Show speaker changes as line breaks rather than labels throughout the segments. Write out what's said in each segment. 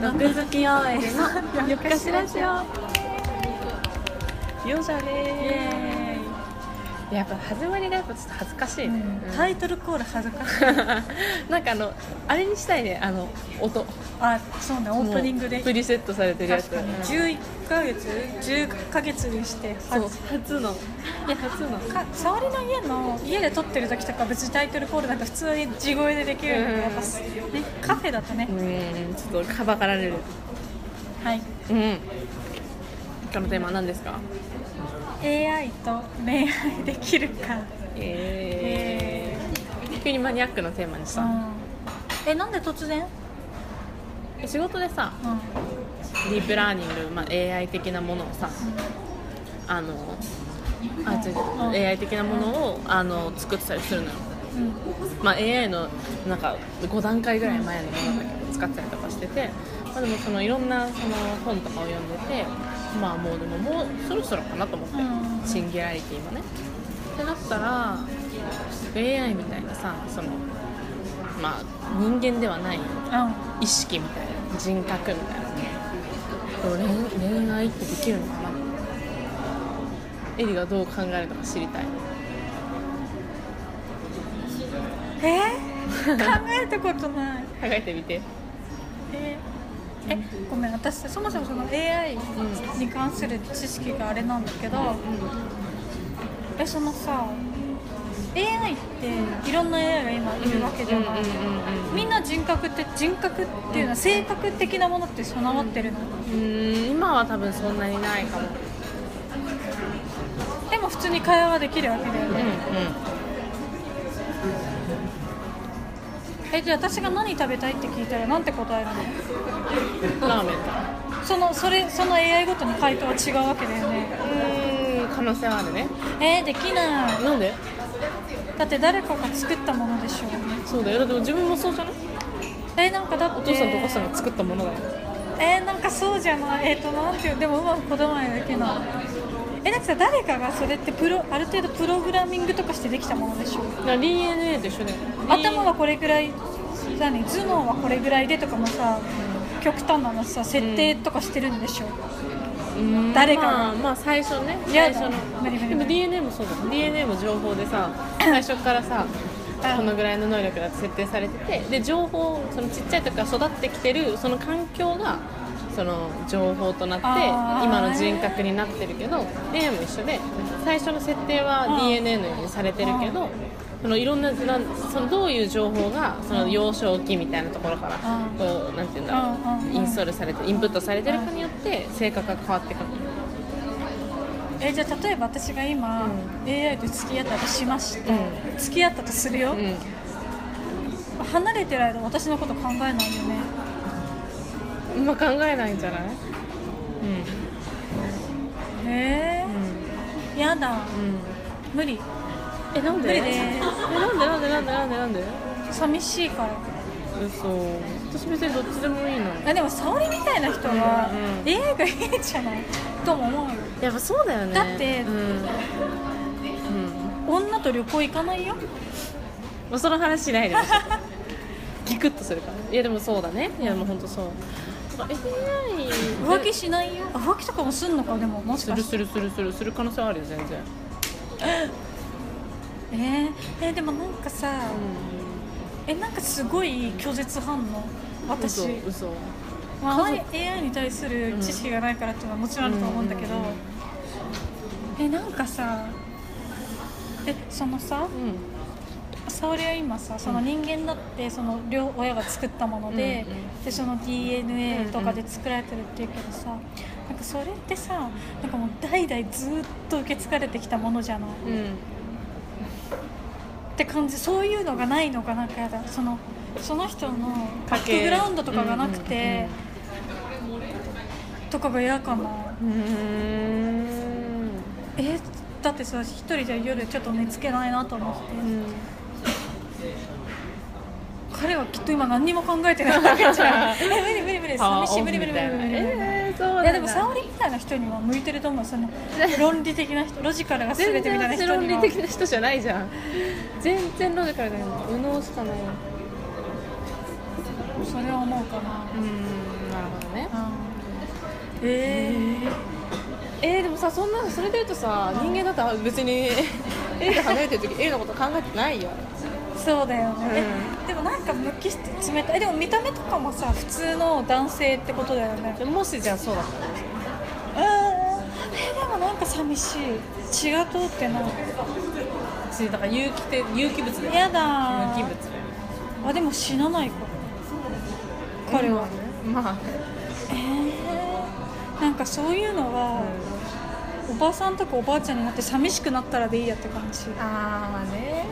毒好き OL のよっかしラジオ
よじゃね
エ
ーやっぱ始まりがやっぱちょっと恥ずかしいね、
ーイ
は
タ
い
イトルコール恥ずかしい
なんかあのあれにしたいねあの音
あそうねオープニングで
もうプリセットされてるやつ
確かに11ヶ月10ヶ月にして
そう
初
初のいや初の
か沙織の家の家で撮ってる時とか別にタイトルコールなんか普通に地声でできるの
うん
でやっぱすねカフェだとね、
うんちょっと俺かばかられる
はい
うん今日のテーマは何ですか
AI と恋愛できるか
え
え
ー、急にマニアックなテーマにし
ーう
た、
んえなんで突然、
仕事でさ
うん
ディープラーニング、まあ、AI 的なものをさあのあ違
う
う
ん
AI 的なものをあの作ってたりするのよ
うん
まあ、AI のなんか5段階ぐらい前のものだけど使ったりとかしてて、まあ、でもそのいろんなその本とかを読んでてまあもうでももうそろそろかなと思って、
うん
シンギュラリティもねってなったら AI みたいなさそのまあ人間ではない意識みたいな人格みたいなこう恋恋愛ってできるのかなエリがどう考えるのか知りたい
うんえー考えたことない
考えてみて
えーえごめん私そもそもその AI
う
に関する知識があれなんだけど、えそのさ AI っていろんな AI が今いるわけじゃない、みんな人格って人格っていうのは性格的なものって備わってるの、
うーん今は多分そんなにないかも、
でも普通に会話はできるわけだよ
うん
ね、えじゃあ私が何食べたいって聞いたらなんて答えるの
ラーメン
そのそれその AI ごとに回答は違うわけだよね
だうーん可能性はあるね
えーできない
なんで
だって誰かが作ったものでしょう
そうだよだって自分もそうじゃない
えなんかだって
お父さんとお母さんが作ったものだよ
えー、なんかそうじゃないえっ、となんていうでもうまく言葉にできないえだってさ誰かがそれってプロある程度プログラミングとかしてできたものでしょ
な DNA と一緒だよ
頭はこれぐらい何頭脳はこれぐらいでとかもさ極端なのさ設定とかしてるんでしょ、
うん
誰かが
まあ、まあ最初ね
や
最
だ
初の
無理無理無理
でも DNA もそうだよ DNA も情報でさ最初からさこのぐらいの能力だって設定されててで情報そのちっちゃい時から育ってきてるその環境がその情報となって
あー
今の人格になってるけど A も一緒で最初の設定は
うん
DNA のようにされてるけどそのいろんななんそのどういう情報がその幼少期みたいなところから
うん
こうなんていうんだろ
うんうんう
うんインストールされてインプットされてるかによって性格が変わってくる
えじゃあ例えば私が今、AI と付き合ったとしました、
う
付き合ったとするよ、
うん
離れてる間私のこと考えないよね
まあ考えないんじゃない
へえ
うん、うん
やだ
うん、
無理
えなんで
無理です
えなんでなんでなんでなんでなんで
寂しいから
嘘私別にどっちでもいいの
あでも沙織みたいな人は
うん
AI がいいんじゃないとも思うよ
やっぱそうだよね
だって
うん、うん
女と旅行行かないよ
まあ、その話しないでほ しいギクッとするからいやでもそうだねいやもう本当そうなんか AI
浮気しないよあ浮気とかもすんのかでももし
す
か
る
して
するするするする可能性はあるよ全然
えーえーでもなんかさえなんかすごい拒絶反応私、
嘘嘘
まあ、あまり AI に対する知識がないからっていうのはもちろんあると思うんだけど、
うんうん
えなんかさえそのさ
うん
沙織は今さその人間だってその両親が作ったもので,、
うんうん
でその DNA とかで作られてるっていうけどさ、なんかそれってさなんかもう代々ずっと受け継がれてきたものじゃないっ
うん
て感じそういうのがないのがなんかやだそのその人のバ
家
ッ
系
クグラウンドとかがなくて、とかが嫌かな
うんうん
えだってさ一人じゃ夜ちょっと寝つけないなと思って、
うん
彼はきっと今何にも考えてないわけじゃ んえ無理無理無理寂しい無理無理無理無理無理無理
えー、そうなんだ
いやでも沙織みたいな人には向いてると思うその論理的な人ロジカルが全
全
てみたいな
然
人
論
に
理
は
的な人じゃないじゃ ん全然ロジカルだよ右脳しかない
そそれは思うかな
うんなるほどね
え
えー、でもさそんなそれで言うとさ人間だったら別に A と離れてる時 A のこと考えてないよ
ー、そうだよね、
う
えでもなんか無機質冷たいでも見た目とかもさ普通の男性ってことだよね
もしじゃあそうだったら
うんえでもなんか寂しい血が通ってない
私だから有機て有機物だよ
やだー
有機物
あでも死なないか彼は、
まあ
えー、なんかそういうのは、おばさんとかおばあちゃんになって寂しくなったらでいいやって感じ、
ああまあね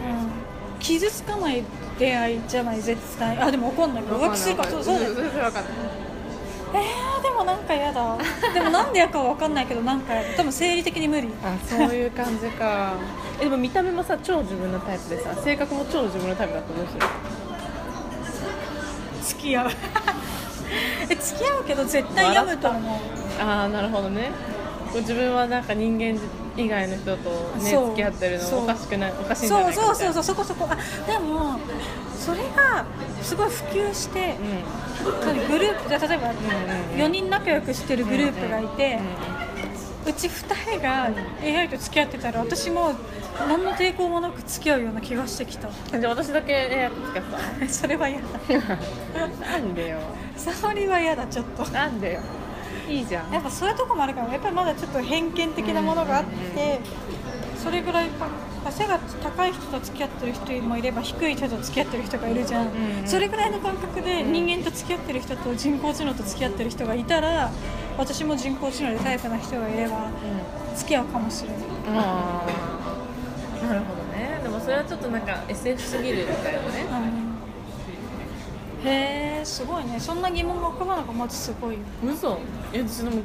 うん、傷つかない恋愛じゃない絶対あでも怒んないか浮気するからそうそうだよ
分 かんない
えー、でもなんか嫌だでもなんでやかは分かんないけどなんかやだ多分生理的に無理
あそういう感じか えでも見た目もさ超自分のタイプでさ性格も超自分のタイプだったらどうする
付き合う え付き合うけど絶対やむと思う
ああなるほどねこう自分はなんか人間以外の人とね
そう
付き合ってる
そ
の
う
おかしくないおかしいんじゃ
そ
な
う
いか
そうそう
う
そうそこそこあでもそれがすごい普及して、
うんうん
グループじゃあ例えば
うんうん
4人仲良くしてるグループがいて、
うん
うち2人が AI と付き合ってたら私も何の抵抗もなく付き合うような気がしてきた
うんじゃあ私だけえー付き合っ
それは嫌だ
てたなんでよ
沙織は嫌だちょっと
なんでよいいじゃん
やっぱそういうとこもあるからやっぱりまだちょっと偏見的なものがあって、それぐらいやっぱ背が高い人と付き合ってる人もいれば低い人と付き合ってる人がいるじゃん、
うん
それぐらいの感覚で人間と付き合ってる人と人工知能と付き合ってる人がいたら私も人工知能でタイプな人がいれば
う
付き合うかもしれない
んああなるほどねでもそれはちょっとなんか SF すぎるみたいなね
うんへえすごいねそんな疑問が浮かばないのがまずすごいよ
嘘え私でも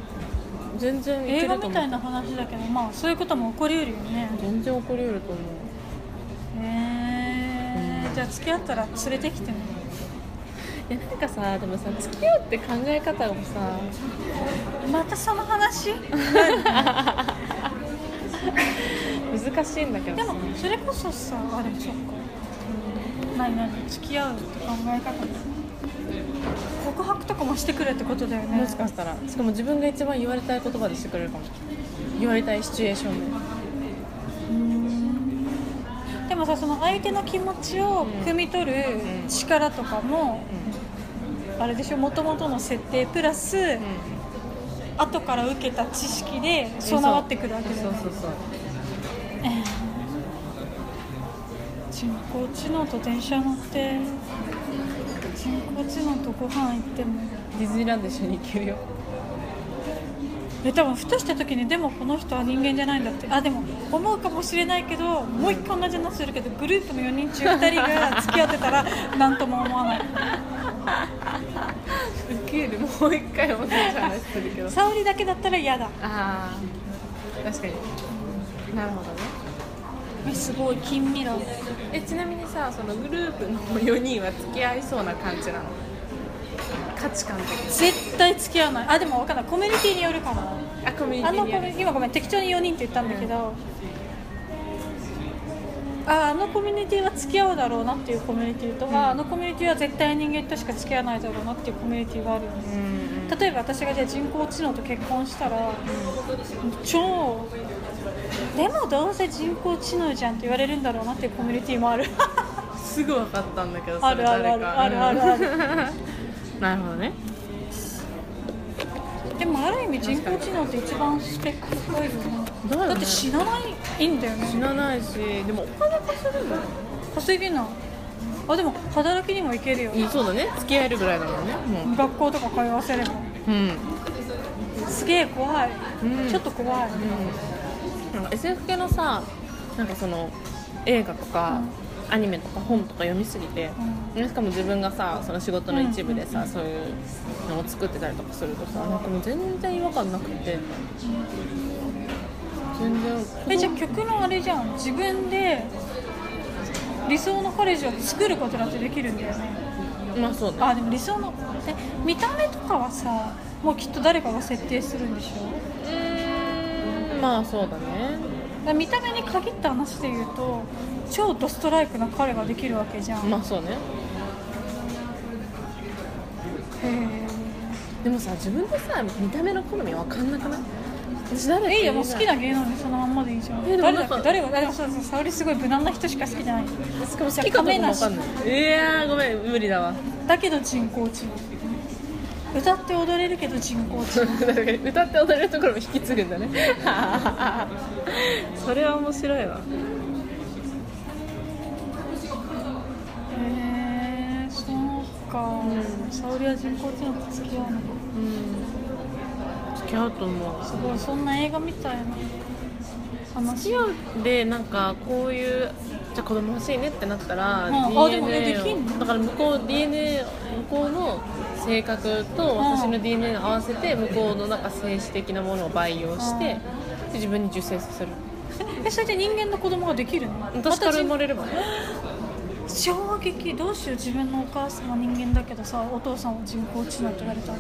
全然いけ
映
ると
画
思う
みたいな話だけどまあそういうことも起こりうるよね
全然起こりうると思う
へえじゃあ付き合ったら連れてきてね
いやなんかさでもさ付き合うって考え方もさ
またその話
難しいんだけど
で
さ
もそれこそさあでもそっか何何付き合うって考え方も告白とかもしてくれってことだよね
もしかしたらしかも自分が一番言われたい言葉でしてくれるかも言われたいシチュエーションで
でもさその相手の気持ちを汲み取る
うん
力とかも、あれでしょもともとの設定プラス、後から受けた知識で備わってくるわけだよね
そうそうそう
人工知能と電車乗って人工知能とご飯行っても
ディズニーランド一緒に行けるよ
え多分ふとした時にでもこの人は人間じゃないんだってあでも思うかもしれないけどもう一回同じ話するけどグループの4人中2人が付き合ってたら なんとも思わない
ウケるもう一回同じ話するけど
沙織だけだったら嫌だ
ああ確かになるほどね
えすごい近未来
えちなみにさそのグループの4人は付き合いそうな感じなの価値観的に
絶対付き合わないあでも分かんないコミュニティによるかも
あコミュニテ
あ
ィ
の
に
コ
よ
ミ
る
今ごめん適当に4人って言ったんだけど、ああのコミュニティは付き合うだろうなっていうコミュニティと、ああのコミュニティは絶対人間としか付き合わないだろうなっていうコミュニティがあるよね
うん
例えば私がじゃあ人工知能と結婚したら、超でもどうせ人工知能じゃんって言われるんだろうなっていうコミュニティもある
すぐ分かったんだけど
あるあるあるあるあるある
る なるほどね
でもある意味人工知能って一番スペック高いよね
だよね
って死なないんだよ
死
ね
なないしでもお金稼げる
稼げないあでも働きにも行けるよ
のそうだね付き合えるぐらいだもんねも
学校とか通わせれば
ううん、うん、
すげえ怖い、
うん
ちょっと怖い、
なんか SF 系のさなんかその映画とか、アニメとか本とか読みすぎて、でしかも自分がさその仕事の一部でさ、そういうのを作ってたりとかするとさなんかもう全然違和感なくて、全然
えじゃあ曲のあれじゃん自分で理想の彼氏を作ることだってできるんだよね
まあそうね
あでも理想のえ見た目とかはさもうきっと誰かが設定するんでしょ
うーんまあそうだね
だから見た目に限った話で言うと超ドストライクな彼ができるわけじゃん、
まあそうねでもさ自分でさ見た目の好み分かんなくない私誰って
えい
言えない
いやもう好きな芸能人そのまんまでいいじゃん
えで
誰
も
だ
なん
っ
か
け誰が誰がそうそう沙織すごい無難な人しか好きじゃない
しかも好きかどうかも分かんないいやーごめん無理だわ
だけど人工知能歌って踊れるけど人工知能
歌って踊れるところも引き継ぐんだ ねそれは面白いわ
へえー、そうか、沙織は人工知能と付き合うのか
うん付き合うと思う
すごいそんな映画みたいな話
付き合うでなんかこういうじゃあ子供欲しいねってなったら、
うんあでもえできんの
だから向こう DNA 向こうの性格と私の DNA を合わせて向こうのなんか精子的なものを培養してで自分に受精させる
えそれで人間の子供ができるの
私から生ま
れ
れればね
衝撃どうしよう自分のお母さんは人間だけどさお父さんは人工知能って言われたら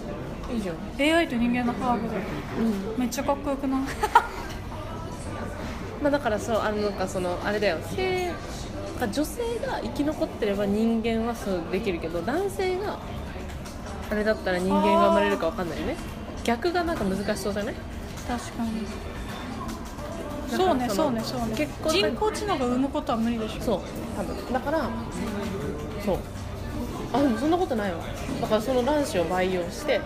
いいじゃん、
AI と人間のハーブで
うん
めっちゃかっこよく ない
まあ、だからそうあのなんかそのあれだよ性なんか女性が生き残ってれば人間はそうできるけど男性があれだったら人間が生まれるかわかんないよね逆がなんか難しそうじゃない
確かに
だ
そ
か
うね
ら
そう
その
ねそうね
結婚
人工知能が生むことは無理でしょ
そう多分だからそうあでもそんなことないわだからその卵子を培養して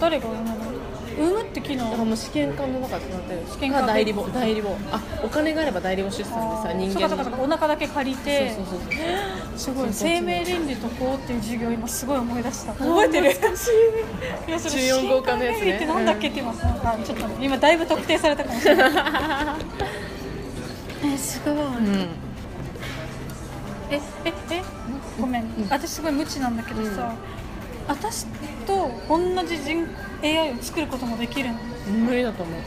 誰が生むの産むって機
だから
能
もう試験管の中でなってる試
験管で
代理母代理母あお金があれば代理母出産でさ人
そう
間
かそうかそうかお腹だけ借りて
そうそうそうそう
すご
人工知能
い生命倫理とこうっていう授業今すごい思い出 した覚えてる
懐かしい
いやそれ
14号館のやつ
新幹
ね
線駅ってなんだっけって今なんかちょっと今だいぶ特定されたかもしれ ないえすごい
うん
えええごめん私すごい無知なんだけどさ、私と同じ人 AI を作ることもできるの
無理だと思う、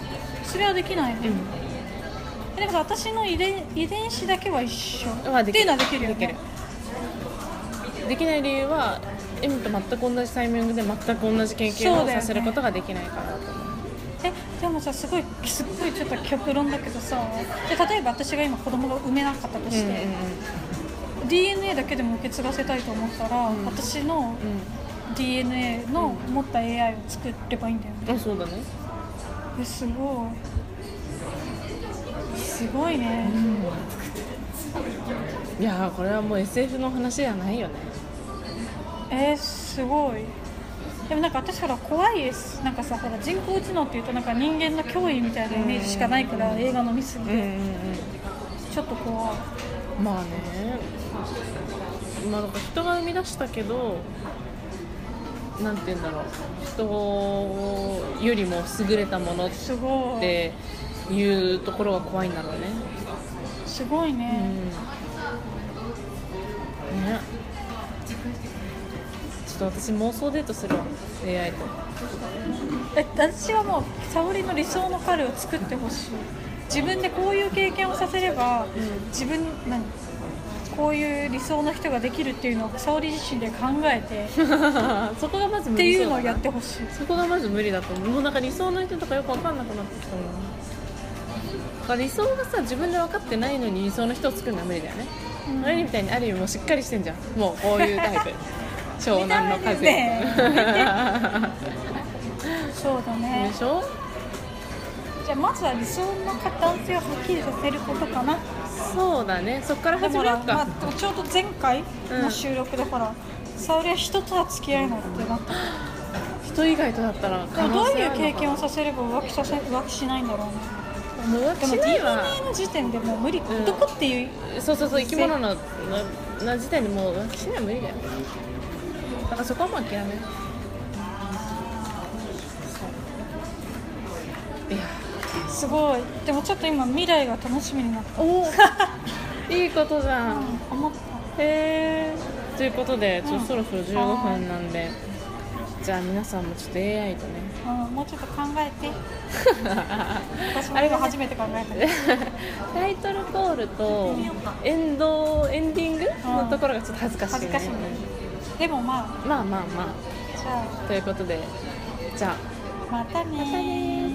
それはできないね、えでもさ私の遺伝遺伝子だけは一緒
は
っ
で
て
き
いう
る
のはできるよね
できるできない理由は M と全く同じタイミングで全く同じ経験
そうだ
を
よ
さ
ね
せることができないからだと思う
えでもさすごいすっごいちょっと極論だけどさで例えば私が今子供が産めなかったとして、DNA だけでも受け継がせたいと思ったら、
うん
私の
うんうん
DNA の持った AI を作ればいいんだよね、
うんあそうだね
えすごいすごいね、
いやーこれはもう SF の話じゃないよね
えー、すごいでもなんか私ほら怖いですなんかさほら人工知能っていうとなんか人間の脅威みたいなイメージしかないから、映画の見過ぎ
う
で、
んうん
ちょっと怖い
うんまあねまあだから人が生み出したけどなんて言うんだろう人よりも優れたものっ
すごい
ていうところが怖いんだろうね
すごいね、
うんねちょっと私妄想デートするわ AI と
え私はもう沙織の理想の彼を作ってほしい自分でこういう経験をさせれば、自分何こういう理想の人ができるっていうのを沙織自身で考えて
そこがまず
っ
無
て
理
い
そうう
の
だ
を
な
やってほしい
そこがまず無理だと思うもうなんか理想の人とかよく分かんなくなってきたもんだから理想がさ自分で分かってないのに理想の人を作るのは無理だよね、
うん
ある意味みたいにある意味もうしっかりしてんじゃんもうこういう タイプ湘南の風、
見 た目でそうだね
でしょ
じゃあまずは理想の男性をはっきりさせることかな
そうだねそっから
で
始
も
め
ほ
よ
ら、
うか、
まあ、でもちょうど前回の収録でほら、沙織は人とは付き合えないってなった
人以外とだったら
で
可
も
能
どう
性
い
あ
う
るの
経
か
験をさせれば浮気させ浮気しないんだろうね
もう浮
で
気
も
しないわ
DNA の時点でもう無理、
うん
どこっていう
そうそうそう生き物のなな時点でもう浮気しないは無理だよだからそこはもう諦めるそういや
すごいでもちょっと今未来が楽しみになった、
お いいことじゃん、へ
思った
えということでちょっ
うん
とそろそろ15分なんで、じゃあ皆さんもちょっと AI とね
うん、もうちょっと考え て私も今初めて考えたけど
タイトルコールと
見ようか
エンドエンディングのところがちょっと恥ずかしい、ね、
恥ずかしいねでもま
まあまあま
あじゃ
あということでじゃあ
あまたねー
またねー